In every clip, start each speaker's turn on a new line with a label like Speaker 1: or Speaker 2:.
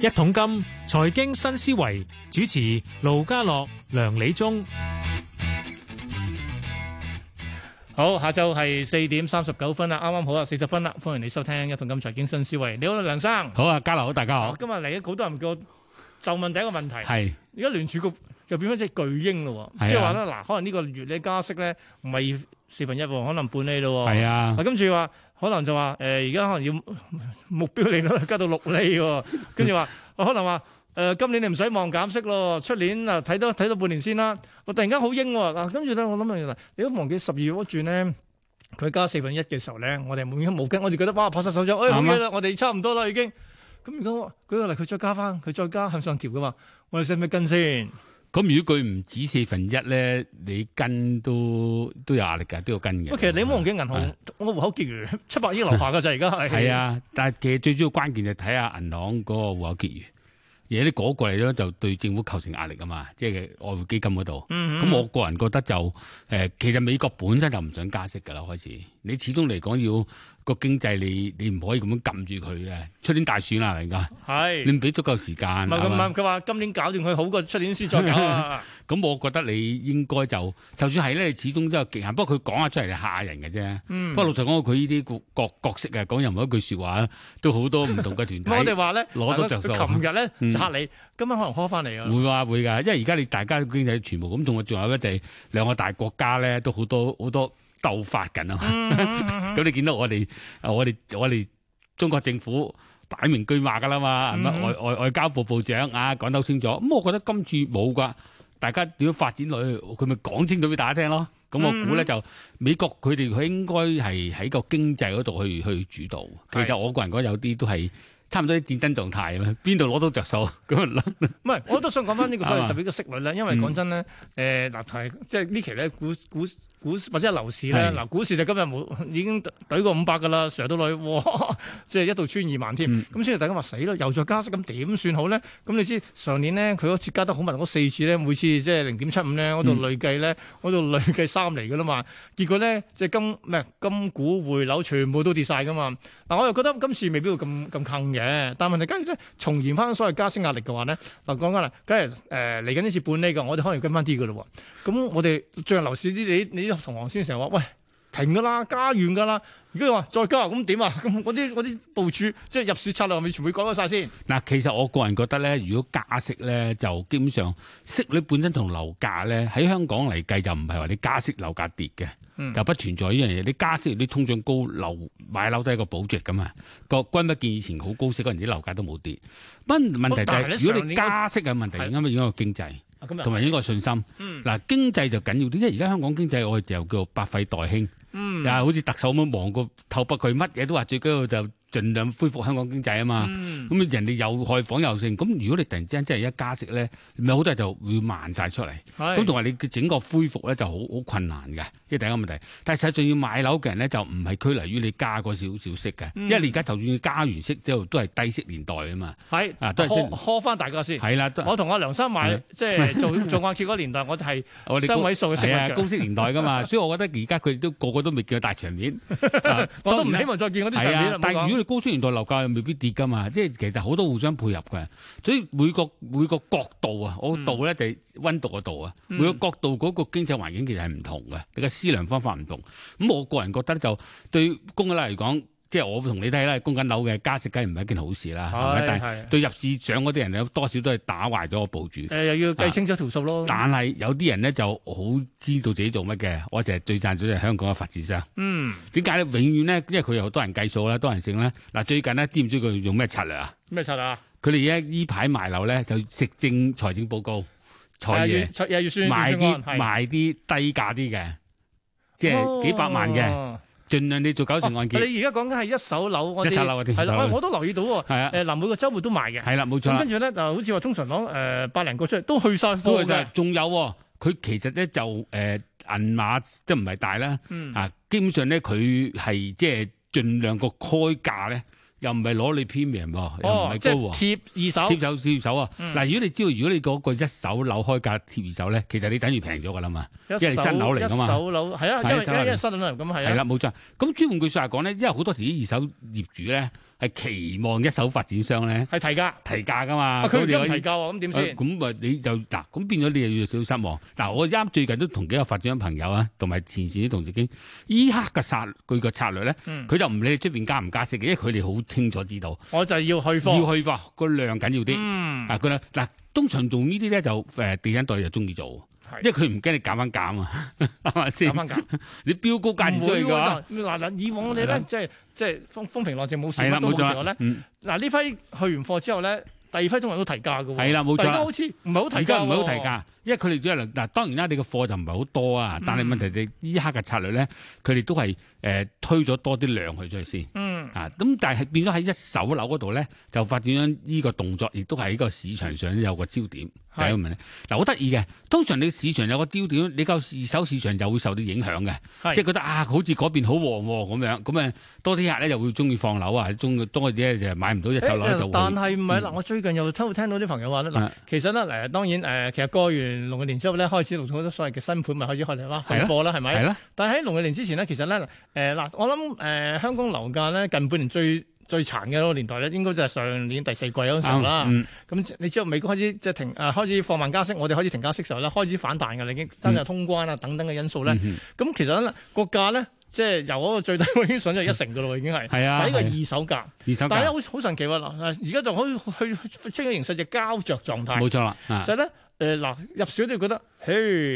Speaker 1: 一桶金財經新思維主持盧家樂、梁理中。
Speaker 2: 好，下晝係四點三十九分啦，啱啱好啊，四十分啦，歡迎你收聽《一桶金財經新思維》。你好，梁生。
Speaker 3: 好啊，家樓好，大家
Speaker 2: 啊
Speaker 3: 好。
Speaker 2: 今日嚟咗好多人叫我就問第一個問題。
Speaker 3: 係
Speaker 2: 而家聯儲局又變翻隻巨鷹咯
Speaker 3: 係
Speaker 2: 喎，
Speaker 3: 啊
Speaker 2: 即係話咧嗱，可能呢個月咧加息咧唔係四分一喎，可能半厘咯喎。
Speaker 3: 係啊
Speaker 2: 嗱，，跟住話可能就話誒，而家可能要 目標利率加到六 厘喎，跟住話可能話誒、今年你唔使望減息咯，出年啊睇多睇多半年先啦。我突然間好英喎，嗱，跟住咧我諗啊，你都忘記十二月嗰轉咧。佢加四分一嘅時候咧，我哋冇冇跟，我哋覺得哇拍晒手掌，誒、
Speaker 3: 啱啊
Speaker 2: 好嘢啦，我哋差唔多啦已經。咁如果舉個例，佢再加翻，佢再加向上調嘅話，我哋使唔使跟先？
Speaker 3: 咁如果佢唔止四分一咧，你跟都都有壓力㗎，都要跟嘅。
Speaker 2: 喂，其實你唔好忘記銀行
Speaker 3: 係，
Speaker 2: 我戶口結餘七百億樓下㗎咋，而家係。
Speaker 3: 係，啊，但係其實最主要關鍵就睇下銀行嗰個戶口結餘，而呢嗰個嚟咗就對政府構成壓力啊嘛，即係外匯基金嗰度。
Speaker 2: 嗯，
Speaker 3: 咁、我個人覺得就誒、呃其實美國本身就唔想加息㗎啦，開始你始終嚟講要個經濟你你唔可以咁樣撳住佢嘅，出年大選啦嚟㗎，
Speaker 2: 係
Speaker 3: 你。唔俾足夠時間。
Speaker 2: 嗯唔係佢
Speaker 3: 係
Speaker 2: 唔
Speaker 3: 嘛
Speaker 2: 係佢話今年搞掂佢好過出年先再搞 啊！
Speaker 3: 咁我覺得你應該就就算係咧，你始終都有極限。不過佢講下出嚟係嚇人嘅啫。
Speaker 2: 嗯
Speaker 3: 不過老實講，佢呢啲角角角色啊，講任何一句説話都好多唔同嘅團
Speaker 2: 咁 我
Speaker 3: 體
Speaker 2: 哋。話咧，
Speaker 3: 攞咗着數
Speaker 2: 嗱佢琴日咧
Speaker 3: 嗯
Speaker 2: 就嚇你，今晚可能開翻 嚟啊！
Speaker 3: 會話會㗎，因為而家你大家嘅經濟全部咁，仲有仲有一地兩個大國家咧，都好多好多鬥法緊啊嘛。
Speaker 2: 嗯嗯嗯
Speaker 3: 咁、你見到我哋啊我哋我哋中國政府擺明居馬㗎啦嘛，係咪、
Speaker 2: 嗯
Speaker 3: 外外外交部部長啊講得好清楚。咁我覺得今次冇㗎，大家點樣發展落去，佢咪講清楚俾大家聽咯。咁我估咧
Speaker 2: 嗯
Speaker 3: 就美國佢哋佢應該係喺個經濟嗰度去去主導。其
Speaker 2: 係
Speaker 3: 實我個人覺得有啲都係差唔多啲戰爭狀態咁樣，邊度攞到着數咁啊？
Speaker 2: 唔係，我都想講翻呢個所
Speaker 3: 啱
Speaker 2: 謂
Speaker 3: 啊
Speaker 2: 特別嘅息率咧，因為
Speaker 3: 嗯
Speaker 2: 講真咧，誒嗱係即係呢期咧股股股或者係樓市咧，
Speaker 3: 係
Speaker 2: 嗱股市就今日冇已經懟過五百㗎啦，成日都女，哇！ 即係一度穿二萬添。
Speaker 3: 嗯
Speaker 2: 咁所以大家話死咯，又再加息，咁點算好咧？咁你知上年咧佢嗰次加得好密，嗰四次咧每次即係零點七五咧，嗰度
Speaker 3: 嗯
Speaker 2: 累計咧，嗰度 累計三嚟㗎啦嘛。結果咧即係金唔係金股匯樓全部都跌晒㗎嘛。嗱，我又覺得今次未必會咁咁坑嘅，但問題假如咧重現翻所謂加息壓力嘅話咧，嗱講緊啦，梗係誒嚟緊呢次半呢嘅，我哋可能要跟翻啲嘅咯喎。咁我哋最近樓市啲你你啲同行先成日話，喂停㗎啦，加完㗎啦，如果你話再加咁點啊？ 咁嗰啲嗰啲部署即係入市策略係咪全部改咗晒先？
Speaker 3: 嗱，其實我個人覺得咧，如果加息咧，就基本上息率本身同樓價咧，喺香港嚟計就唔係話你加息樓價跌嘅，
Speaker 2: 嗯
Speaker 3: 就不存在呢樣嘢。你加息你通脹高，樓買樓都係一個保值噶嘛。個君不見以前好高息嗰陣時，樓價都冇跌。不過問題就
Speaker 2: 但係
Speaker 3: 係、
Speaker 2: 咧
Speaker 3: 如果
Speaker 2: 上
Speaker 3: 你
Speaker 2: 年
Speaker 3: 加息嘅問題，
Speaker 2: 係
Speaker 3: 影響影響個經濟
Speaker 2: 啊咁
Speaker 3: 同
Speaker 2: 又
Speaker 3: 埋影響個信心。
Speaker 2: 嗯
Speaker 3: 嗱，經濟就緊要啲，因為而家香港經濟我哋就叫百廢待興。
Speaker 2: 嗯
Speaker 3: 又係好似特首咁樣忙過透不佢，乜嘢都話最緊要就盡量恢復香港經濟啊嘛。
Speaker 2: 嗯
Speaker 3: 咁、人哋又開房又剩，咁如果你突然之間真係一加息咧，咪好多人就會慢晒出嚟。咁
Speaker 2: 係
Speaker 3: 同埋你嘅整個恢復咧就好好困難嘅，呢第一個問題。但係實際上要買樓嘅人咧就唔係拘泥於你加嗰少少息嘅，
Speaker 2: 嗯
Speaker 3: 因為你而家就算加完息之後都係低息年代啊嘛。
Speaker 2: 係
Speaker 3: 啊都係
Speaker 2: 呵
Speaker 3: 即係
Speaker 2: 呵翻大家先。
Speaker 3: 係啦，都
Speaker 2: 我同阿梁生買
Speaker 3: 係啊
Speaker 2: 即 係做做按揭嗰年代，我係
Speaker 3: 我哋
Speaker 2: 雙
Speaker 3: 高
Speaker 2: 位數嘅息
Speaker 3: 係啊
Speaker 2: 率
Speaker 3: 高
Speaker 2: 嘅，
Speaker 3: 息年代噶嘛，所以我覺得而家佢哋都個個都未見到大 場面。啊
Speaker 2: 我都唔
Speaker 3: 當然啦
Speaker 2: 希望再見嗰啲場
Speaker 3: 係
Speaker 2: 面啦
Speaker 3: 啊，。但
Speaker 2: 唔好
Speaker 3: 係
Speaker 2: 講
Speaker 3: 如果你高息年代樓價又未必跌噶嘛，即係其實好多互相配合嘅，所以每個每個角度啊，我個度咧就係温度個度啊，
Speaker 2: 嗯
Speaker 3: 每個角度嗰個經濟環境其實係唔同嘅，你嘅思量方法唔同。咁我個人覺得咧就對供緊樓嚟講，即係我同你睇啦，供緊樓嘅加息梗係唔係一件好事啦，係咪？但係
Speaker 2: 係
Speaker 3: 對入市漲嗰啲人有多少都係打壞咗個部署。
Speaker 2: 誒又要計清楚條數咯。
Speaker 3: 但係有啲人咧就好知道自己做乜嘅，我就係最贊咗就係香港嘅發展商。
Speaker 2: 嗯，
Speaker 3: 點解咧？永遠咧，因為佢有好多人計數啦，多人性啦。嗱，最近咧，知唔知佢用咩策略啊？
Speaker 2: 咩策略啊？
Speaker 3: 佢哋而家依排賣樓咧，就食政財政報告，財
Speaker 2: 又要
Speaker 3: 爺
Speaker 2: 出又要算
Speaker 3: 賣啲
Speaker 2: 預算案，係
Speaker 3: 賣啲低價啲嘅，即係幾百萬嘅，
Speaker 2: 哦
Speaker 3: 盡量你做九成按
Speaker 2: 哦
Speaker 3: 揭，
Speaker 2: 你而家講緊係一手樓嗰
Speaker 3: 一
Speaker 2: 啲
Speaker 3: 手，樓嗰啲
Speaker 2: 係啦，哎
Speaker 3: 手
Speaker 2: 我
Speaker 3: 樓
Speaker 2: 我都留意到喎。
Speaker 3: 係啊，
Speaker 2: 誒嗱，每個週末都賣嘅。
Speaker 3: 係啦，冇錯
Speaker 2: 咁
Speaker 3: 啦
Speaker 2: 跟。住咧，就好似話通常講誒百零個出嚟都去晒
Speaker 3: 不
Speaker 2: 貨
Speaker 3: 過就係
Speaker 2: 嘅。
Speaker 3: 仲有喎，佢其實咧就誒銀碼即係唔係大啦，
Speaker 2: 嗯，
Speaker 3: 啊，基本上咧佢係即係盡量個開價咧，又唔係攞你 premium 喎，又唔
Speaker 2: 哦，
Speaker 3: 係
Speaker 2: 即
Speaker 3: 高喎。
Speaker 2: 係貼二手
Speaker 3: 貼。手貼手啊！
Speaker 2: 嗯
Speaker 3: 嗱、如果你知道，如果你嗰個一手樓開價貼二手咧，其實你等於平咗㗎啦嘛。
Speaker 2: 一
Speaker 3: 因為新樓嚟㗎嘛
Speaker 2: 一手樓係啊，
Speaker 3: 係
Speaker 2: 因為
Speaker 3: 一手樓嚟
Speaker 2: 因為新樓嚟咁係
Speaker 3: 係
Speaker 2: 啊。
Speaker 3: 啦，冇錯。咁專換句説話講咧，因為好多時啲二手業主咧，係期望一手發展商咧
Speaker 2: 係提價。
Speaker 3: 提價噶嘛。
Speaker 2: 啊，佢
Speaker 3: 咁
Speaker 2: 而家唔
Speaker 3: 你可以
Speaker 2: 提
Speaker 3: 呃
Speaker 2: 價喎，咁點
Speaker 3: 誒
Speaker 2: 先？
Speaker 3: 咁咪你就嗱，咁變咗你又要少失望。嗱，我啱最近都同幾個發展商朋友啊，同埋前線啲同事傾，依刻嘅策佢個策略咧，
Speaker 2: 嗯
Speaker 3: 佢就唔理出邊加唔加息嘅，因為佢哋好清楚知道
Speaker 2: 我就要去貨。
Speaker 3: 要去化個量緊要啲。
Speaker 2: 嗯，
Speaker 3: 啊，佢咧嗱，通常做呢啲咧就誒地產代理就中意做
Speaker 2: 係，
Speaker 3: 因為佢唔驚你減翻減啊， 係咪
Speaker 2: 打
Speaker 3: 先？
Speaker 2: 翻價。
Speaker 3: 你標高價唔出去嘅話，
Speaker 2: 啊唔會喎嗱嗱，以往我哋
Speaker 3: 係啦
Speaker 2: 咧即係即係風風平浪靜冇事
Speaker 3: 係啦，
Speaker 2: 乜都
Speaker 3: 冇
Speaker 2: 冇時
Speaker 3: 錯
Speaker 2: 候
Speaker 3: 啦
Speaker 2: 咧，，
Speaker 3: 嗯
Speaker 2: 嗱呢批去完貨之後咧，第二批通常都提價嘅喎。
Speaker 3: 係啦冇錯
Speaker 2: 但而家好似唔係好提價喎。
Speaker 3: 而家唔係好提價，因為佢哋主要係嗱，當然啦，你嘅貨就唔係好多啊，但係
Speaker 2: 嗯
Speaker 3: 問題你依刻嘅策略咧，佢哋都係誒推咗多啲量去出去先。
Speaker 2: 嗯，
Speaker 3: 啊，咁但係變咗喺一手樓嗰度咧，就發展咗呢個動作，亦都係喺個市場上有個焦點。第一個
Speaker 2: 係
Speaker 3: 問題，嗱好得意嘅，通常你市場有個焦點，你個二手市場就會受到影響嘅，
Speaker 2: 係
Speaker 3: 即係覺得啊，好似嗰邊好旺喎咁樣，咁啊多啲客咧就會中意放樓啊，中多啲咧就買唔到一手樓咧就
Speaker 2: 誒
Speaker 3: 會
Speaker 2: 但係唔係嗱？
Speaker 3: 嗯
Speaker 2: 我最近又偷聽到啲朋友話咧，嗱
Speaker 3: 啊，
Speaker 2: 其實咧誒當然誒，其實過完農曆年之後咧，開始陸續好多所謂嘅新盤咪開始開嚟啦，
Speaker 3: 係
Speaker 2: 開
Speaker 3: 啦
Speaker 2: 貨啦，係咪？
Speaker 3: 係啦，
Speaker 2: 但係喺農曆年之前咧，其實咧誒嗱，我諗誒、呃香港樓價咧近半年最最殘嘅嗰個年代咧，應該就係上年第四季嗰陣時候啦。
Speaker 3: 嗯
Speaker 2: 咁、你知道美國開始即係停誒、呃、開始放慢加息，我哋開始停加息時候咧，開始反彈嘅啦，已經加上通關啊等等嘅因素咧，
Speaker 3: 嗯
Speaker 2: 咁、
Speaker 3: 嗯
Speaker 2: 其實咧個價咧即係由嗰個最低位已經上咗一成嘅咯，已經係。
Speaker 3: 係啊，
Speaker 2: 但呢個
Speaker 3: 係
Speaker 2: 係二手價，
Speaker 3: 二手
Speaker 2: 但係咧
Speaker 3: 價
Speaker 2: 好好神奇喎嗱，而家就好 去出現形勢就膠着狀態。
Speaker 3: 冇錯啦，啊
Speaker 2: 就係咧誒嗱，入少都覺得，嘿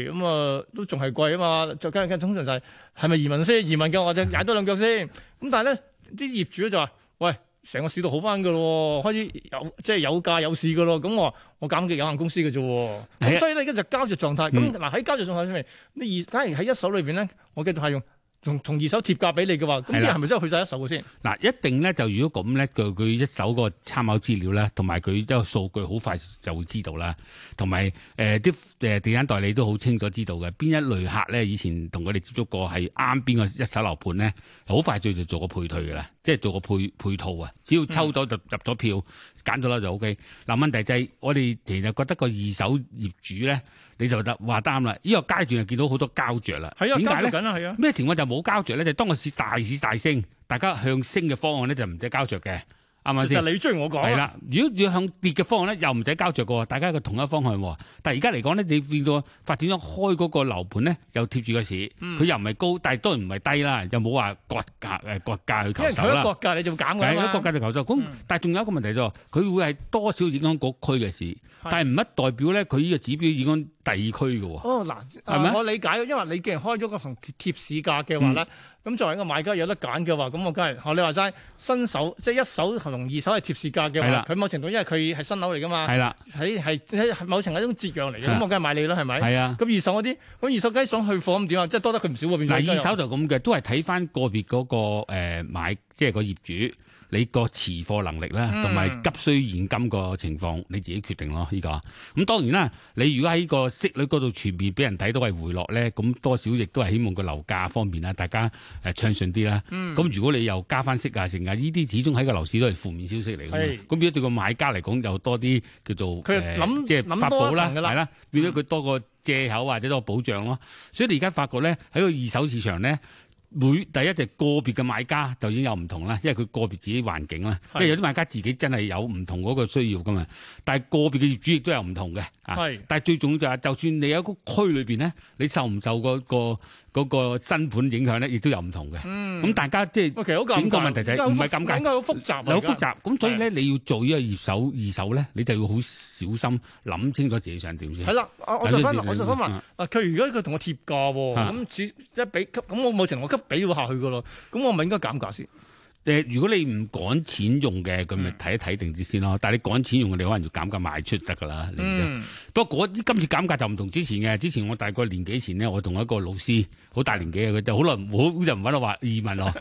Speaker 2: 咁啊，都仲係貴啊嘛。再跟跟通常就係係咪移民先移民嘅，或者踩多兩腳先。咁但係咧，啲業主咧就話：喂，成個市道好翻嘅咯，開始有即係有價有市嘅咯。咁我我減嘅有限公司嘅啫喎。
Speaker 3: 係啊
Speaker 2: 咁所以咧，而家就膠着狀態。咁
Speaker 3: 嗯
Speaker 2: 嗱喺膠着狀態上面，你二假如喺一手裏邊咧，我繼續係用同同二手貼價俾你嘅話，咁
Speaker 3: 係
Speaker 2: 啲
Speaker 3: 啦
Speaker 2: 人係咪真係去晒一手嘅先？
Speaker 3: 嗱，一定咧就如果咁咧，佢佢一手個參考資料咧，同埋佢一個數據好快就會知道啦。同埋誒啲誒地產代理都好清楚知道嘅，邊一類客咧，以前同佢哋接觸過係啱邊個一手樓盤咧，好快最就做個配對嘅啦，即係做個配配套啊。只要
Speaker 2: 嗯
Speaker 3: 抽到就入咗票，揀咗啦就 O K。嗱問題就係我哋其實覺得個二手業主咧，你就得話擔啦。呢個階段就見到好多膠着啦。
Speaker 2: 係啊，
Speaker 3: 點解
Speaker 2: 膠
Speaker 3: 咧？
Speaker 2: 着緊啊，係啊，
Speaker 3: 咩情況就冇膠着咧？就當個市大市大升，大家向升嘅方向咧就唔使膠着嘅，啱唔啱
Speaker 2: 就
Speaker 3: 先？
Speaker 2: 係你追我講
Speaker 3: 係
Speaker 2: 啊。
Speaker 3: 啦，如果要向跌嘅方向咧，又唔使膠着嘅喎，大家個同一方向喎。但係而家嚟講咧，你變到發展咗開嗰個樓盤咧，又貼住個市，佢、又唔係高，但係當然唔係低啦，又冇話割價誒割價去
Speaker 2: 嗯因為
Speaker 3: 求售
Speaker 2: 佢一
Speaker 3: 啦。
Speaker 2: 國價，你就減
Speaker 3: 係
Speaker 2: 㗎
Speaker 3: 一
Speaker 2: 啦
Speaker 3: 個
Speaker 2: 嘛。
Speaker 3: 價就求售，咁、
Speaker 2: 啊嗯
Speaker 3: 但係仲有一個問題就係佢會係多少影響嗰區嘅市，但係唔一代表咧佢呢個指標影響第二區嘅喎。
Speaker 2: 哦，嗱，
Speaker 3: 係咪
Speaker 2: 啊我理解，因為你既然開咗個同貼貼市價嘅話咧，咁、作為一個買家有得揀嘅話，咁我梗係學你話齋，新手即係一手同二手係貼市價嘅
Speaker 3: 係
Speaker 2: 話
Speaker 3: 啦，
Speaker 2: 佢某程度因為佢係新樓嚟噶嘛，
Speaker 3: 係啦，
Speaker 2: 喺係喺某程度係一種折讓嚟嘅，
Speaker 3: 係啦
Speaker 2: 咁我梗係買你啦，係咪？
Speaker 3: 係啊。
Speaker 2: 咁二手嗰啲，咁二手雞想去貨咁點啊？即係多得佢唔少喎，變咗而
Speaker 3: 嗱，
Speaker 2: 家
Speaker 3: 二
Speaker 2: 又
Speaker 3: 手就咁嘅，都係睇翻個別嗰、個誒、呃、買，即係個業主你個持貨能力啦，
Speaker 2: 嗯
Speaker 3: 同埋急需現金個情況，你自己決定咯。呢、個咁當然啦，你如果喺個息率嗰度全面俾人睇到係回落咧，咁多少亦都係希望個樓價方面啦，大家誒
Speaker 2: 嗯
Speaker 3: 暢順啲啦。咁、如果你又加翻息啊，成啊，呢啲始終喺個樓市都係負面消息嚟嘅
Speaker 2: 係
Speaker 3: 嘛。咁變咗對個買家嚟講，又多啲叫做
Speaker 2: 佢
Speaker 3: 呃
Speaker 2: 諗
Speaker 3: 即係
Speaker 2: 諗
Speaker 3: 法
Speaker 2: 多
Speaker 3: 寶
Speaker 2: 一
Speaker 3: 啦，
Speaker 2: 層㗎啦嗯
Speaker 3: 係啦，變咗佢多個借口或者多個保障咯。所以你而家發覺咧，喺個二手市場咧，每第一隻個別嘅買家就已經有唔同啦，因為佢個別自己環境啦，
Speaker 2: 係
Speaker 3: 因為有啲買家自己真係有唔同嗰個需要噶嘛。但係個別嘅業主亦都有唔同嘅。啊
Speaker 2: 係
Speaker 3: 但係最重要就係，就算你喺個區裏邊咧，你受唔受嗰、個嗰、個新盤影響咧，亦都有唔同嘅。咁、
Speaker 2: 嗯，
Speaker 3: 大家即係
Speaker 2: 喂，其實好尷尬，
Speaker 3: 整個問題就係
Speaker 2: 而家好
Speaker 3: 唔
Speaker 2: 複
Speaker 3: 係咁簡單
Speaker 2: 應該好複雜啊，
Speaker 3: 好複雜，咁所以咧，你要做呢個二手二手咧，你就要好小心諗清楚自己想點先
Speaker 2: 而家。係啦，我我就翻，我就想問。
Speaker 3: 啊
Speaker 2: 啊！佢如果佢同我貼價喎，
Speaker 3: 啊
Speaker 2: 咁只一俾咁我冇情我急俾咗下去噶咯，咁我咪應該減價先？
Speaker 3: 誒，如果你唔趕錢用嘅，咁咪
Speaker 2: 嗯
Speaker 3: 睇一睇定啲先咯。但係你趕錢用嘅，你可能要減價賣出得㗎啦。你唔知
Speaker 2: 嗯，
Speaker 3: 不過嗰啲今次減價就唔同之前嘅，之前我大概年幾前咧，我同一個老師好大年紀嘅，佢就好耐冇好就唔揾我話移民 咯，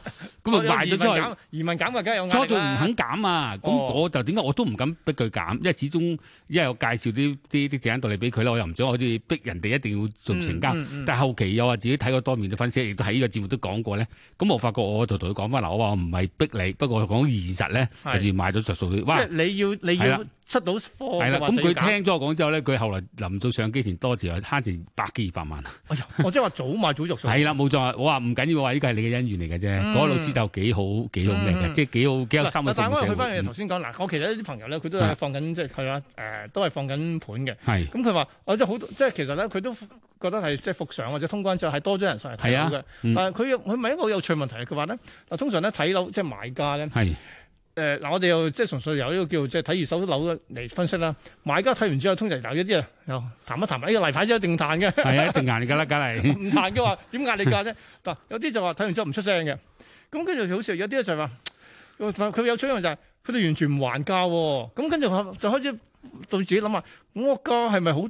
Speaker 3: 咁
Speaker 2: 哦
Speaker 3: 啊賣咗出去。
Speaker 2: 移民減價，梗係有壓
Speaker 3: 初
Speaker 2: 力
Speaker 3: 仲
Speaker 2: 啦
Speaker 3: 唔肯減啊，咁
Speaker 2: 哦
Speaker 3: 我就點解我都唔敢逼佢減，因為始終因為我介紹啲啲啲地產代理俾佢啦，我又唔想好似逼人哋一定要做成交。
Speaker 2: 嗯嗯嗯
Speaker 3: 但係後期又話自己睇過多面嘅分析，亦都喺呢個節目都講過咧。咁我發覺我就同佢講翻嗱，我話我唔係逼你，不過我講現實咧，
Speaker 2: 係
Speaker 3: 就要買咗着數啲。
Speaker 2: 即
Speaker 3: 哇
Speaker 2: 係！你要你
Speaker 3: 係
Speaker 2: 要
Speaker 3: 啦
Speaker 2: 出到貨
Speaker 3: 係啦，
Speaker 2: 嘅話
Speaker 3: 咁
Speaker 2: 就要
Speaker 3: 佢
Speaker 2: 搞
Speaker 3: 聽咗我講之後咧，佢後來臨到上機前多謝我慳成百幾二百萬。啊
Speaker 2: 哎呀，我即係話早買早着數。
Speaker 3: 係啦，冇錯啊。我話唔緊要啊，呢個係你嘅恩怨嚟嘅啫。
Speaker 2: 嗯
Speaker 3: 嗰個老師就幾好幾好咩嘅，
Speaker 2: 嗯
Speaker 3: 即係幾好幾有心嘅
Speaker 2: 嗱但
Speaker 3: 服
Speaker 2: 係
Speaker 3: 務
Speaker 2: 我去
Speaker 3: 社
Speaker 2: 翻
Speaker 3: 會
Speaker 2: 你頭
Speaker 3: 嗯。
Speaker 2: 先講嗱，我其實有啲朋友咧，佢都係
Speaker 3: 啊
Speaker 2: 放緊即係佢話誒，都係放緊盤嘅。
Speaker 3: 係
Speaker 2: 咁佢話我即係好多，即係其實咧，佢都覺得係即係復上或者通關之後係多咗人上嚟睇樓
Speaker 3: 係
Speaker 2: 嘅。
Speaker 3: 嗯
Speaker 2: 但係佢又佢問一個好有趣問題，佢話咧嗱，通常咧睇樓即係買家咧。
Speaker 3: 係
Speaker 2: 誒嗱、我哋又即係純粹由呢個叫即係睇二手樓嚟分析啦。買家睇完之後，通常嗱一啲啊，又談一談，哎呢、個例牌一定彈嘅，
Speaker 3: 係啊，一定硬㗎啦，梗係。
Speaker 2: 唔彈 嘅話點壓你價啫？嗱，有啲就話睇完之後唔出聲嘅，咁跟住好似有啲就係話，嗯佢有出樣就係佢哋完全唔還價喎。咁跟住佢就開始對自己諗下，我個價係咪好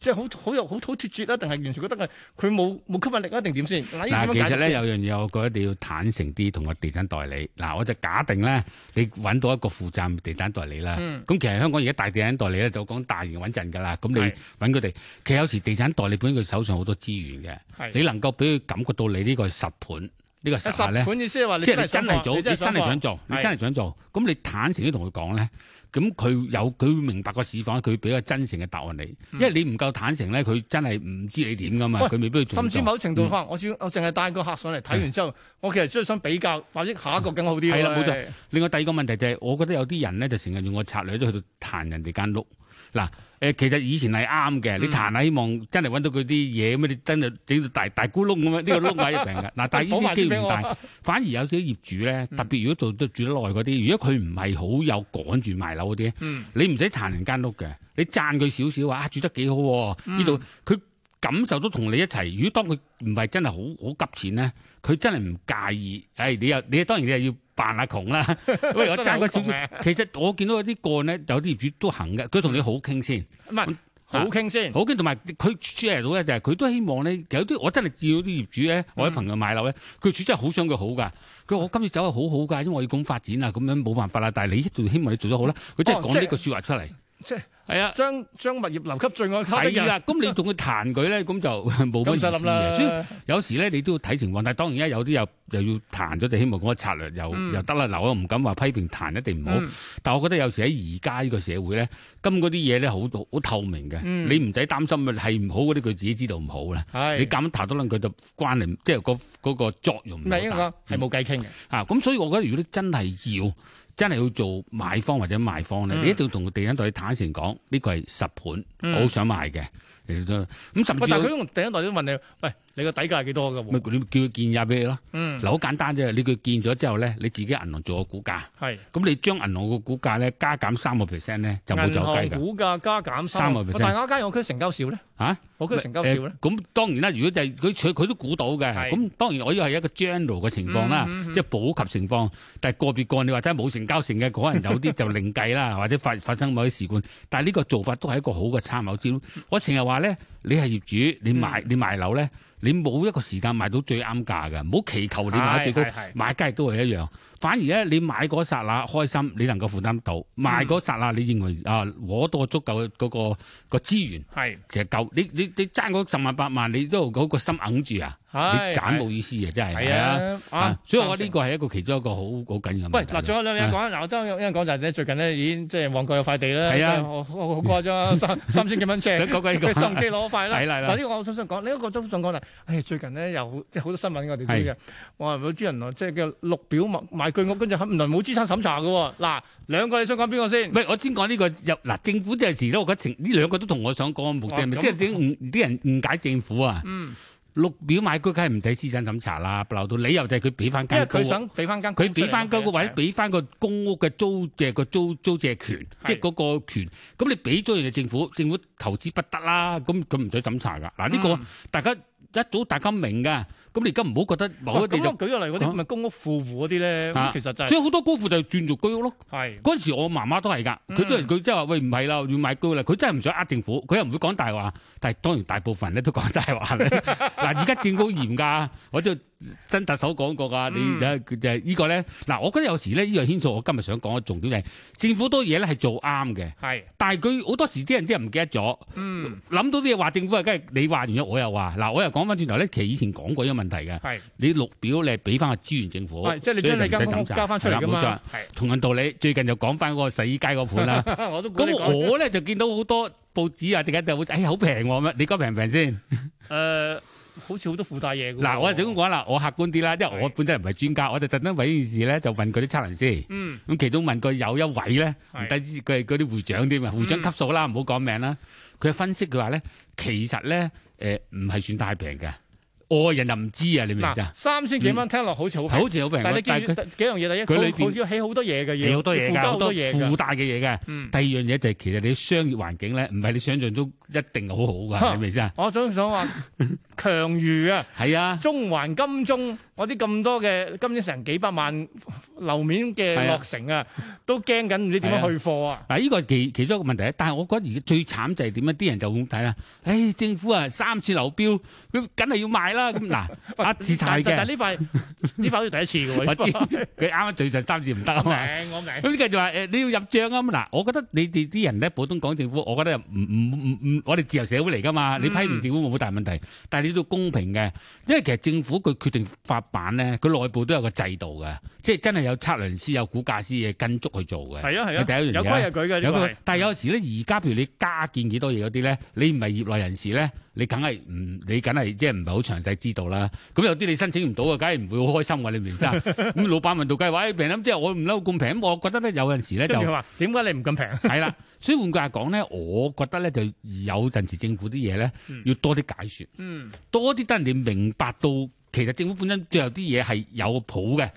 Speaker 2: 即係好好有好好脱節啊？定係完全覺得係佢冇冇吸引力啊？定點先？嗱，呢
Speaker 3: 嗱，
Speaker 2: 個
Speaker 3: 其
Speaker 2: 點樣解釋
Speaker 3: 實咧
Speaker 2: 先
Speaker 3: 有樣嘢，我覺得你要坦誠啲同個地產代理。嗱，我就假定咧，你揾到一個負責任嘅地產代理啦。
Speaker 2: 嗯
Speaker 3: 咁、其實香港而家大地產代理咧就講大型穩陣㗎啦。咁你
Speaker 2: 係
Speaker 3: 揾佢哋，其實有時地產代理本身佢手上好多資源嘅，
Speaker 2: 係啊
Speaker 3: 你能夠俾佢感覺到你呢個係實盤，呢、個
Speaker 2: 十
Speaker 3: 實下咧。
Speaker 2: 款意思係話你
Speaker 3: 即
Speaker 2: 真係
Speaker 3: 係你
Speaker 2: 想
Speaker 3: 真
Speaker 2: 放
Speaker 3: 係做，你真係想
Speaker 2: 放
Speaker 3: 做，你
Speaker 2: 係
Speaker 3: 真係想做，咁你坦誠啲同佢講咧，咁佢有佢會明白個市況，佢會俾個真誠嘅答案你，因為你唔夠坦誠咧，佢真係唔知你點噶嘛，
Speaker 2: 嗯喂
Speaker 3: 佢未必去
Speaker 2: 甚
Speaker 3: 做到。
Speaker 2: 至某程度
Speaker 3: 嗯
Speaker 2: 可能我只我淨係帶個客上嚟睇完之後，我其實真係想比較，或者下一個更好啲咯。
Speaker 3: 係啦冇錯
Speaker 2: 喂。
Speaker 3: 另外第二個問題就係、我覺得有啲人咧就成日用個策略都去到彈人哋間屋。嗱，誒、其實以前係啱嘅，你
Speaker 2: 嗯
Speaker 3: 彈啊，希望真係揾到佢啲嘢咁啊，你真係整到大大咕窿 咁樣，呢個窿位一定嘅。嗱，但係
Speaker 2: 補
Speaker 3: 呢
Speaker 2: 埋啲
Speaker 3: 啲機會
Speaker 2: 俾
Speaker 3: 唔
Speaker 2: 我嗯
Speaker 3: 大，反而有啲業主咧，特別如果做得住得耐嗰啲，如果佢唔係好有趕住賣樓嗰啲咧
Speaker 2: 嗯，
Speaker 3: 你唔使彈人間屋嘅，你讚佢少少話啊，住得幾好喎、
Speaker 2: 嗯
Speaker 3: 呢度佢感受到同你一齊。如果當佢唔係真係好好急錢咧，佢真係唔介意。誒、你又你當然你又要扮下窮啦。 喂，我
Speaker 2: 真係
Speaker 3: 讚
Speaker 2: 好
Speaker 3: 佢少
Speaker 2: 窮啊嘅
Speaker 3: 少。其實我見到有啲個案咧，有啲業主都行嘅，佢同你好傾先，
Speaker 2: 唔係好傾先。
Speaker 3: 好傾同埋佢 share 到咧就係佢都希望咧有啲我真係見到啲業主咧，我啲朋友買樓咧，佢主真係好想佢好㗎。佢話我今次走係好好㗎，因為我要咁發展啊，咁樣冇辦法啦。但係你一定希望你做得好啦，佢真係
Speaker 2: 哦
Speaker 3: 講
Speaker 2: 即係
Speaker 3: 呢個説話出嚟。
Speaker 2: 即係
Speaker 3: 係啊。
Speaker 2: 將將物業留給最愛他的
Speaker 3: 係
Speaker 2: 人，
Speaker 3: 啦，咁你仲要彈佢咧，咁就
Speaker 2: 咁
Speaker 3: 冇乜
Speaker 2: 唔
Speaker 3: 意
Speaker 2: 使
Speaker 3: 思
Speaker 2: 諗
Speaker 3: 嘅。所以
Speaker 2: 啦。
Speaker 3: 有時咧，你都要睇情況。但係當然啦，有啲又又要彈咗，就希望嗰個策略又、
Speaker 2: 嗯
Speaker 3: 又得啦。嗱，我唔敢話批評彈一定唔好，
Speaker 2: 嗯
Speaker 3: 但我覺得有時喺而家呢個社會咧，金嗰啲嘢咧好好透明嘅，
Speaker 2: 嗯
Speaker 3: 你唔使擔心係唔好嗰啲，佢自己知道唔好啦。
Speaker 2: 係
Speaker 3: 你咁彈多兩句就關你，即係嗰嗰個作用
Speaker 2: 唔
Speaker 3: 唔
Speaker 2: 係
Speaker 3: 係
Speaker 2: 應
Speaker 3: 好
Speaker 2: 該
Speaker 3: 大
Speaker 2: 講係冇計傾嘅。
Speaker 3: 啊！咁所以我覺得，如果你真係要真係要做買方或者賣方咧，
Speaker 2: 嗯
Speaker 3: 你一定要同個地產代理坦誠講，呢個係實盤，
Speaker 2: 嗯
Speaker 3: 我好想賣嘅。你都咁甚
Speaker 2: 喂，
Speaker 3: 至
Speaker 2: 但係佢
Speaker 3: 有
Speaker 2: 用第一代都問你，喂，你個底價係幾多㗎
Speaker 3: 咪
Speaker 2: 喎？
Speaker 3: 你叫佢建議俾你咯。
Speaker 2: 嗯，
Speaker 3: 嗱，好簡單啫，你叫佢建咗之後咧，你自己銀行做個估價，
Speaker 2: 係。
Speaker 3: 咁你將銀行個估價咧加減三個 percent 咧，就冇走雞
Speaker 2: 銀行
Speaker 3: 㗎。
Speaker 2: 股價加減
Speaker 3: 三個
Speaker 2: 喂
Speaker 3: percent
Speaker 2: 但係我間我區成交少咧，
Speaker 3: 嚇
Speaker 2: 我區成交少咧
Speaker 3: 誒。咁當然啦，如果就係佢佢佢都估到嘅，
Speaker 2: 係
Speaker 3: 咁當然我呢個係一個 general 嘅情況啦，
Speaker 2: 嗯嗯嗯
Speaker 3: 即係普及情況。但係個別個案你話真係冇成交性嘅，可能有啲就另 計啦，或者發發生某啲事故。但係呢個做法都係一個好嘅參考資料。我成日話咧，你係業主，你
Speaker 2: 嗯
Speaker 3: 賣你賣樓咧，你冇一個時間賣到最啱價嘅，唔好祈求你賣得最高
Speaker 2: 係係係，
Speaker 3: 買家亦都係一樣。反而咧，你買嗰剎那開心，你能夠負擔到；賣
Speaker 2: 嗯
Speaker 3: 嗰剎那，你認為啊攞到足夠嘅嗰、個、個資源。
Speaker 2: 係
Speaker 3: 其實夠你你你爭嗰十萬八萬，你都嗰個心揞住啊！
Speaker 2: 係
Speaker 3: 你斬冇意思啊，真係
Speaker 2: 係啊
Speaker 3: 係啊！所以我覺
Speaker 2: 啱
Speaker 3: 得呢個係一個其中一個好好緊要嘅
Speaker 2: 喂，
Speaker 3: 問題。
Speaker 2: 嗱，仲有兩樣講，嗱，我都有一樣講就係咧，最近咧已經即係旺角有塊地咧，
Speaker 3: 係啊
Speaker 2: 好好好誇張 啊，三三千幾蚊尺，
Speaker 3: 想講緊呢個
Speaker 2: 佢收唔機 攞塊啦。
Speaker 3: 係啦係啦
Speaker 2: 嗱，呢個我想想講，呢一個都想講就係，唉，最近咧有即係好多新聞我哋知嘅，哇，有啲人啊即係叫綠表買賣居屋，跟住原來冇資產審查嘅喎。嗱，兩個你想講邊個先
Speaker 3: 唔？係，我先講呢個入嗱，政府有時咧，我覺得情呢兩個都同我想講嘅目的係咪？
Speaker 2: 哦
Speaker 3: 即係啲誤啲人誤解政府啊！
Speaker 2: 嗯，
Speaker 3: 綠表買居梗係唔使資產審查啦，不嬲到理由就係佢俾翻
Speaker 2: 因為
Speaker 3: 間公
Speaker 2: 佢
Speaker 3: 屋，
Speaker 2: 想俾翻間，
Speaker 3: 佢俾翻間屋
Speaker 2: 啊
Speaker 3: 或者俾翻個公屋嘅租借個租租借權，即係嗰個權。咁你俾咗人哋政府，政府投資不得啦，咁佢唔使審查噶。嗱呢個。
Speaker 2: 嗯
Speaker 3: 大家一早大家明噶，咁你而家唔好覺得某一
Speaker 2: 喂
Speaker 3: 地
Speaker 2: 哦咁
Speaker 3: 就
Speaker 2: 我，舉個例，嗰啲咪公屋富戶嗰啲咧，咁
Speaker 3: 啊
Speaker 2: 其實就係
Speaker 3: 所以好多高富就轉做居屋咯。
Speaker 2: 係
Speaker 3: 嗰陣時我媽媽都係㗎，佢都係
Speaker 2: 嗯
Speaker 3: 佢即係話喂唔係啦，要買居屋啦，佢真係唔想呃政府，佢又唔會講大話，但係當然大部分人咧都講大話 咧。嗱而家政府好嚴㗎，我就新特首講過㗎，
Speaker 2: 嗯
Speaker 3: 你而家佢就係呢個咧。嗱，我覺得有時咧呢樣牽涉我今日想講嘅重點就係政府好多嘢咧係做啱嘅，
Speaker 2: 係
Speaker 3: 但係佢好多時啲人啲人唔記得咗。
Speaker 2: 嗯
Speaker 3: 諗到啲嘢話政府啊，梗係你話完咗，我又話嗱，我又講翻轉頭咧，其實以前講過一個問問題嘅。
Speaker 2: 係
Speaker 3: 你綠表你係俾翻個資源政府，
Speaker 2: 係，即係你將你
Speaker 3: 所以
Speaker 2: 間
Speaker 3: 就
Speaker 2: 公
Speaker 3: 唔使
Speaker 2: 屋
Speaker 3: 審查
Speaker 2: 交翻出嚟
Speaker 3: 係
Speaker 2: 噶
Speaker 3: 啦冇錯
Speaker 2: 嘛
Speaker 3: 啦，
Speaker 2: 係
Speaker 3: 同樣道理，最近又講翻嗰個洗衣街嗰 盤啦。
Speaker 2: 我都估你
Speaker 3: 咁
Speaker 2: 講
Speaker 3: 我咧就見到好多報紙啊，突然間就好，哎呀好平喎咁樣你覺得平唔 平先？
Speaker 2: 誒，呃好似好多附帶嘢㗎喎
Speaker 3: 嗱，我就咁講啦，我客觀啲啦，因為我本身唔係專家，我就特登為呢件事咧就問嗰啲測量師。
Speaker 2: 嗯
Speaker 3: 咁其中問過有一位咧，唔
Speaker 2: 係嗯
Speaker 3: 單止佢係嗰啲會長添啊，會長級數啦，唔好講名啦。佢分析佢話咧，其實咧誒唔係算太平嘅，外人就唔知啊，你明唔明
Speaker 2: 嗱
Speaker 3: 啊？
Speaker 2: 三千幾蚊聽落好似好平，
Speaker 3: 好似好平，
Speaker 2: 但係你
Speaker 3: 但係
Speaker 2: 記
Speaker 3: 佢
Speaker 2: 住幾樣嘢，第
Speaker 3: 佢裏
Speaker 2: 一
Speaker 3: 邊
Speaker 2: 佢要起好多嘢嘅，
Speaker 3: 有
Speaker 2: 要
Speaker 3: 好多嘢
Speaker 2: 附
Speaker 3: 㗎，
Speaker 2: 加
Speaker 3: 好
Speaker 2: 好
Speaker 3: 多
Speaker 2: 多嘢㗎
Speaker 3: 附，帶嘅嘢嘅。
Speaker 2: 嗯。
Speaker 3: 第二樣嘢就係其實你商業環境咧，唔係你想象中一定好好㗎，
Speaker 2: 嚇
Speaker 3: 你明唔明先啊？
Speaker 2: 我想想話 強如啊，
Speaker 3: 係啊，
Speaker 2: 中環金鐘我啲咁多嘅，今年成幾百萬樓面嘅
Speaker 3: 係啊
Speaker 2: 落成啊，都驚緊唔知點樣去貨啊！
Speaker 3: 嗱，呢個係其其中一個問題，但係我覺得而家最慘就係點咧？啲人就咁睇啦，誒政府啊三次流標，佢梗係要賣啦。咁嗱， 呃自晒
Speaker 2: 但但但
Speaker 3: 嘅，
Speaker 2: 呢塊呢塊好似第一次嘅喎，
Speaker 3: 我知 佢啱啱最上三次唔得啊
Speaker 2: 我
Speaker 3: 嘛。
Speaker 2: 明我 明。
Speaker 3: 咁跟住話誒，你要入帳啊咁嗱，我覺得你哋啲人咧，普通講政府，我覺得又唔唔唔唔，我哋自由社會嚟噶
Speaker 2: 嗯
Speaker 3: 嘛，你批評政府冇大問題，但係你都公平嘅，因為其實政府佢決定發版咧，佢內部都有個制度嘅，即係真係有測量師、有估價師嘅跟足去做嘅。
Speaker 2: 係啊係
Speaker 3: 你第
Speaker 2: 啊，
Speaker 3: 一樣
Speaker 2: 有
Speaker 3: 嘢
Speaker 2: 規有矩嘅呢
Speaker 3: 有
Speaker 2: 個
Speaker 3: 個
Speaker 2: 係，
Speaker 3: 但係有時咧，而家譬如你加建幾多嘢嗰啲咧，你唔係業內人士咧，你梗係唔，你梗係即係唔係好詳細知道啦。咁有啲你申請唔到啊，梗係唔會好開心㗎，你明唔 明先啊？咁老闆問到計話，哎平咁即係我唔嬲咁平，咁我覺得咧有陣時咧
Speaker 2: 跟住
Speaker 3: 就
Speaker 2: 佢話點解你唔咁平？
Speaker 3: 係啦。所以換句話講咧，我覺得咧就有陣時政府啲嘢咧
Speaker 2: 嗯
Speaker 3: 要多啲解説，
Speaker 2: 嗯，
Speaker 3: 多啲等人哋明白到其實政府本身都有啲嘢係有譜嘅。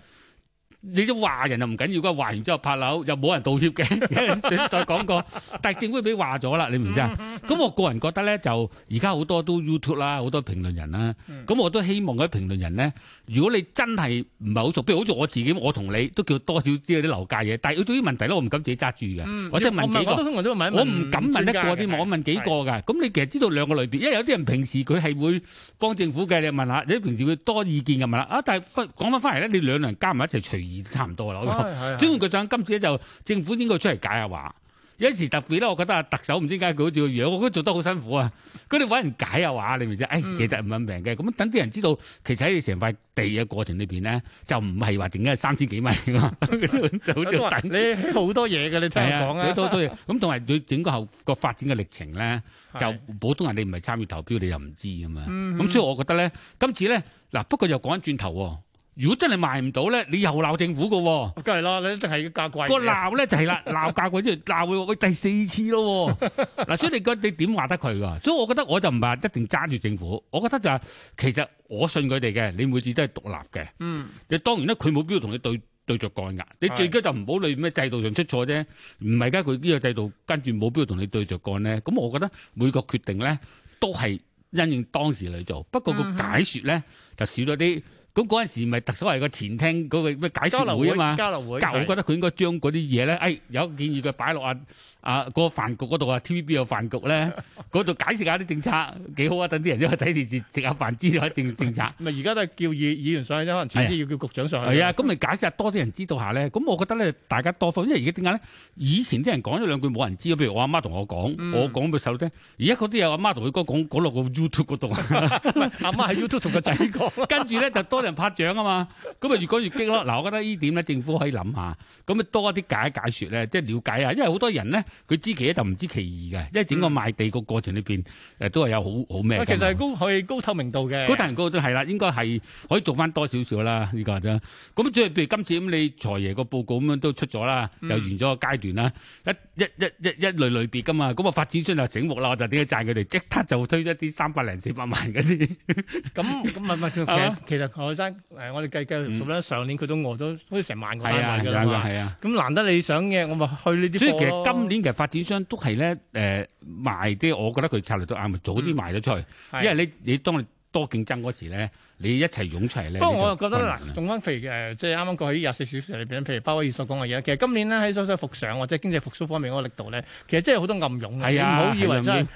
Speaker 3: 你都話人就唔緊要噶，話完之後拍樓又冇人道 歉嘅，再講過。但係政府俾話咗啦，你明唔明
Speaker 2: 嗯
Speaker 3: 啊？咁我個人覺得咧，就而家好多都 YouTube 啦，好多評論人啦。
Speaker 2: 嗯
Speaker 3: 咁我都希望嗰啲評論人咧，如果你真係唔係好熟，譬如好似我自己，我同你都叫多少知道啲樓價嘢，但係對啲問題咧，我唔敢自己揸住嘅，我即係問
Speaker 2: 唔係
Speaker 3: 幾個
Speaker 2: 我都。通常都會問一問
Speaker 3: 我唔敢問
Speaker 2: 專
Speaker 3: 一
Speaker 2: 家
Speaker 3: 個
Speaker 2: 嘅
Speaker 3: 添，我問幾個㗎。咁你其實知道兩個類別，因為有啲人平時佢係會幫政府嘅，你問下；有啲平時會多意見嘅問下。啊，但係分講翻翻嚟咧，你兩個人加埋一齊隨意差唔多啦。我覺得
Speaker 2: 哦係係
Speaker 3: 所以
Speaker 2: 係
Speaker 3: 換句講，今次咧就政府應該出嚟解下話。有時特別咧，我覺得啊，特首唔知點解佢好似個樣，我覺得做得好辛苦啊。佢哋揾人解下話，你明唔明啫？誒，
Speaker 2: 嗯
Speaker 3: 其實唔係咁平嘅。咁等啲人知道，其實喺你成塊地嘅過程裏邊咧，就唔係話淨係三千幾米㗎 嘛， 就好似
Speaker 2: 都話
Speaker 3: 等。
Speaker 2: 你起好多嘢嘅，你聽我
Speaker 3: 係
Speaker 2: 講
Speaker 3: 啊，
Speaker 2: 啊
Speaker 3: 幾。多都嘢。咁同埋佢整個後個發展嘅歷程咧，就
Speaker 2: 係
Speaker 3: 普通人你唔係參與投標，你又唔知噶嘛。
Speaker 2: 嗯
Speaker 3: 咁、所以我覺得咧，今次咧嗱，不過又講緊轉頭喎。如果真係賣唔到咧，你又鬧政府嘅喎。
Speaker 2: 梗係啦，你一定係要啊價貴嘅。
Speaker 3: 個鬧咧就係 啦，鬧教佢即係鬧佢，喂第四次咯喎。嗱，所以你覺你點話得佢㗎？所以我覺得我就唔係一定揸住政府，我覺得就係、其實我信佢哋嘅，你每次都係獨立嘅。
Speaker 2: 嗯，
Speaker 3: 你當然咧，佢冇必要同你對對著幹㗎。你
Speaker 2: 係
Speaker 3: 最緊就唔好你咩制度上出錯啫。唔係，而家佢呢個制度跟住冇必要同你對著幹咧。咁我覺得每個決定咧都係因應當時嚟做，不過個
Speaker 2: 嗯哼
Speaker 3: 解説咧就少咗啲。咁嗰陣時咪特首係個前廳嗰個咩解
Speaker 2: 交
Speaker 3: 説
Speaker 2: 流
Speaker 3: 會
Speaker 2: 會
Speaker 3: 啊嘛。
Speaker 2: 交流會。
Speaker 3: 但我覺
Speaker 2: 係
Speaker 3: 得佢應該將嗰啲嘢咧，誒、有建議佢擺落啊啊嗰個飯局嗰度啊，TVB 有飯局咧，嗰度解釋下啲政策幾好啊，等啲人因為睇電視食下飯知道一定政策。
Speaker 2: 咪而家都係叫議議員上去啫，可能遲
Speaker 3: 係啊
Speaker 2: 啲要叫局長上去。
Speaker 3: 係啊，，咁咪解釋下多啲人知道下咧。咁我覺得咧，大家多方，因為而家點解咧？以前啲人講咗兩句冇人知，譬如我阿媽同我講，
Speaker 2: 嗯
Speaker 3: 我講俾細路聽。而家嗰啲有阿媽同佢哥講，講落個 YouTube 嗰度，
Speaker 2: 阿 媽喺 YouTube 同個仔講。
Speaker 3: 跟住咧就多人拍掌啊嘛。咁咪越講越激咯。嗱，我覺得呢點咧，政府可以諗下，咁咪多啲解解説咧，即係了解下。因為好多人咧，佢知其一就唔知其二嘅，因為整個
Speaker 2: 嗯
Speaker 3: 賣地個過程裏邊，誒都係有好好咩㗎嘛。
Speaker 2: 喂，其實係高係高透明度嘅。
Speaker 3: 高達人高都係啦，應該係可以做翻多少少啦，呢、個真。咁即係譬如今次咁，你財爺個報告咁樣都出咗啦，
Speaker 2: 嗯
Speaker 3: 又完咗個階段啦，一一一一一類類別噶嘛。咁啊發展商就醒目啦，我就點解讚佢哋，即刻就推咗啲三百零四百萬嗰啲。
Speaker 2: 咁咁唔係 唔係，其實
Speaker 3: 係嘛
Speaker 2: 其實何生誒，我哋計計數咧，上年佢都餓咗好似成萬個單
Speaker 3: 係啊，
Speaker 2: 位㗎
Speaker 3: 係
Speaker 2: 啦
Speaker 3: 啊，
Speaker 2: 嘛。
Speaker 3: 係啊。
Speaker 2: 咁難得你想嘅，我咪去呢啲
Speaker 3: 所以其
Speaker 2: 貨咯
Speaker 3: 實今年其實發展商都係咧誒賣啲，我覺得佢策略都啱，早啲賣咗出去，
Speaker 2: 嗯係
Speaker 3: 因為你你當你多競爭嗰時咧，你一齊湧出嚟咧。
Speaker 2: 不過
Speaker 3: 你就
Speaker 2: 我又覺得
Speaker 3: 困難啊啦
Speaker 2: 嗱，用翻譬如誒，即係啱啱過去廿四小時裏邊，譬如鮑威爾所講嘅嘢，其實今年咧喺所謂復常或者經濟復甦方面嗰個力度咧，其實真係好多暗湧嘅。
Speaker 3: 係啊
Speaker 2: 你唔好以為真係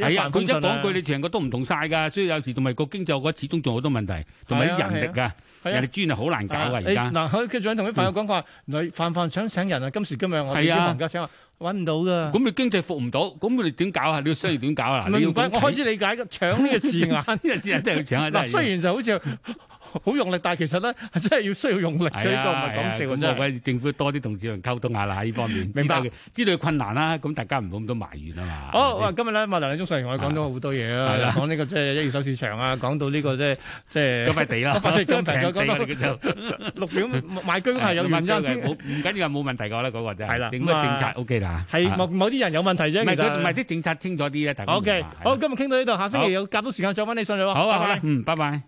Speaker 3: 係啊，佢一講句
Speaker 2: 你
Speaker 3: 你成個都唔同晒㗎，所以有時同埋個經濟，我覺得始終仲有好多問題，同埋
Speaker 2: 係啊
Speaker 3: 啲人力啊，
Speaker 2: 係
Speaker 3: 人
Speaker 2: 啊
Speaker 3: 力資源係好難搞
Speaker 2: 啊
Speaker 3: 㗎而家嗯
Speaker 2: 你。嗱，佢佢仲同啲朋友講話，你飯飯搶請人啊！今時今日我哋
Speaker 3: 係
Speaker 2: 啲
Speaker 3: 啊
Speaker 2: 老人家請話揾唔到噶。
Speaker 3: 咁你經濟復唔到，咁你點搞啊？你要需要點搞啊？嗱，你要
Speaker 2: 唔怪我開始理解嘅搶呢個字眼。
Speaker 3: 呢個字真係要搶啊！真
Speaker 2: 嗱，
Speaker 3: 係
Speaker 2: 雖然就好似好用力，但係其實咧係真係要需要用力嘅，
Speaker 3: 係
Speaker 2: 呢個唔
Speaker 3: 啊，
Speaker 2: 係講笑
Speaker 3: 係啊
Speaker 2: 嘅
Speaker 3: 咁我
Speaker 2: 真
Speaker 3: 覺
Speaker 2: 係。
Speaker 3: 得政府多啲同市民溝通下啦，喺呢方面
Speaker 2: 明白
Speaker 3: 知道佢知道佢困難啦，咁大家唔好咁多埋怨啊嘛。
Speaker 2: 好，
Speaker 3: 係咪
Speaker 2: 哇！今日咧，麥梁李中上我哋講咗好多嘢
Speaker 3: 係
Speaker 2: 啊
Speaker 3: 啦，
Speaker 2: 講呢個即係一二手市場啊，講到呢個即係即
Speaker 3: 先嗰
Speaker 2: 係
Speaker 3: 塊地啦，
Speaker 2: 嗰塊 地咁平
Speaker 3: 平地
Speaker 2: 就
Speaker 3: 嗰啲就
Speaker 2: 六 點買居屋係有原因
Speaker 3: 係
Speaker 2: 嘅
Speaker 3: 冇，啊唔緊要，冇問題㗎啦，嗰個真
Speaker 2: 係啦
Speaker 3: 係整個
Speaker 2: 咁啊
Speaker 3: 政策 OK 啦，
Speaker 2: 係
Speaker 3: 啊
Speaker 2: 某某啲人有問題啫。
Speaker 3: 唔係
Speaker 2: 其
Speaker 3: 佢唔係
Speaker 2: 實
Speaker 3: 啲政策清楚啲咧，大家
Speaker 2: O K，
Speaker 3: 明白
Speaker 2: 好，今日傾到呢度，下星期有夾到時間再揾你上嚟喎。
Speaker 3: 好
Speaker 2: 拜
Speaker 3: 啊，好
Speaker 2: 拜
Speaker 3: 啦，嗯，拜拜。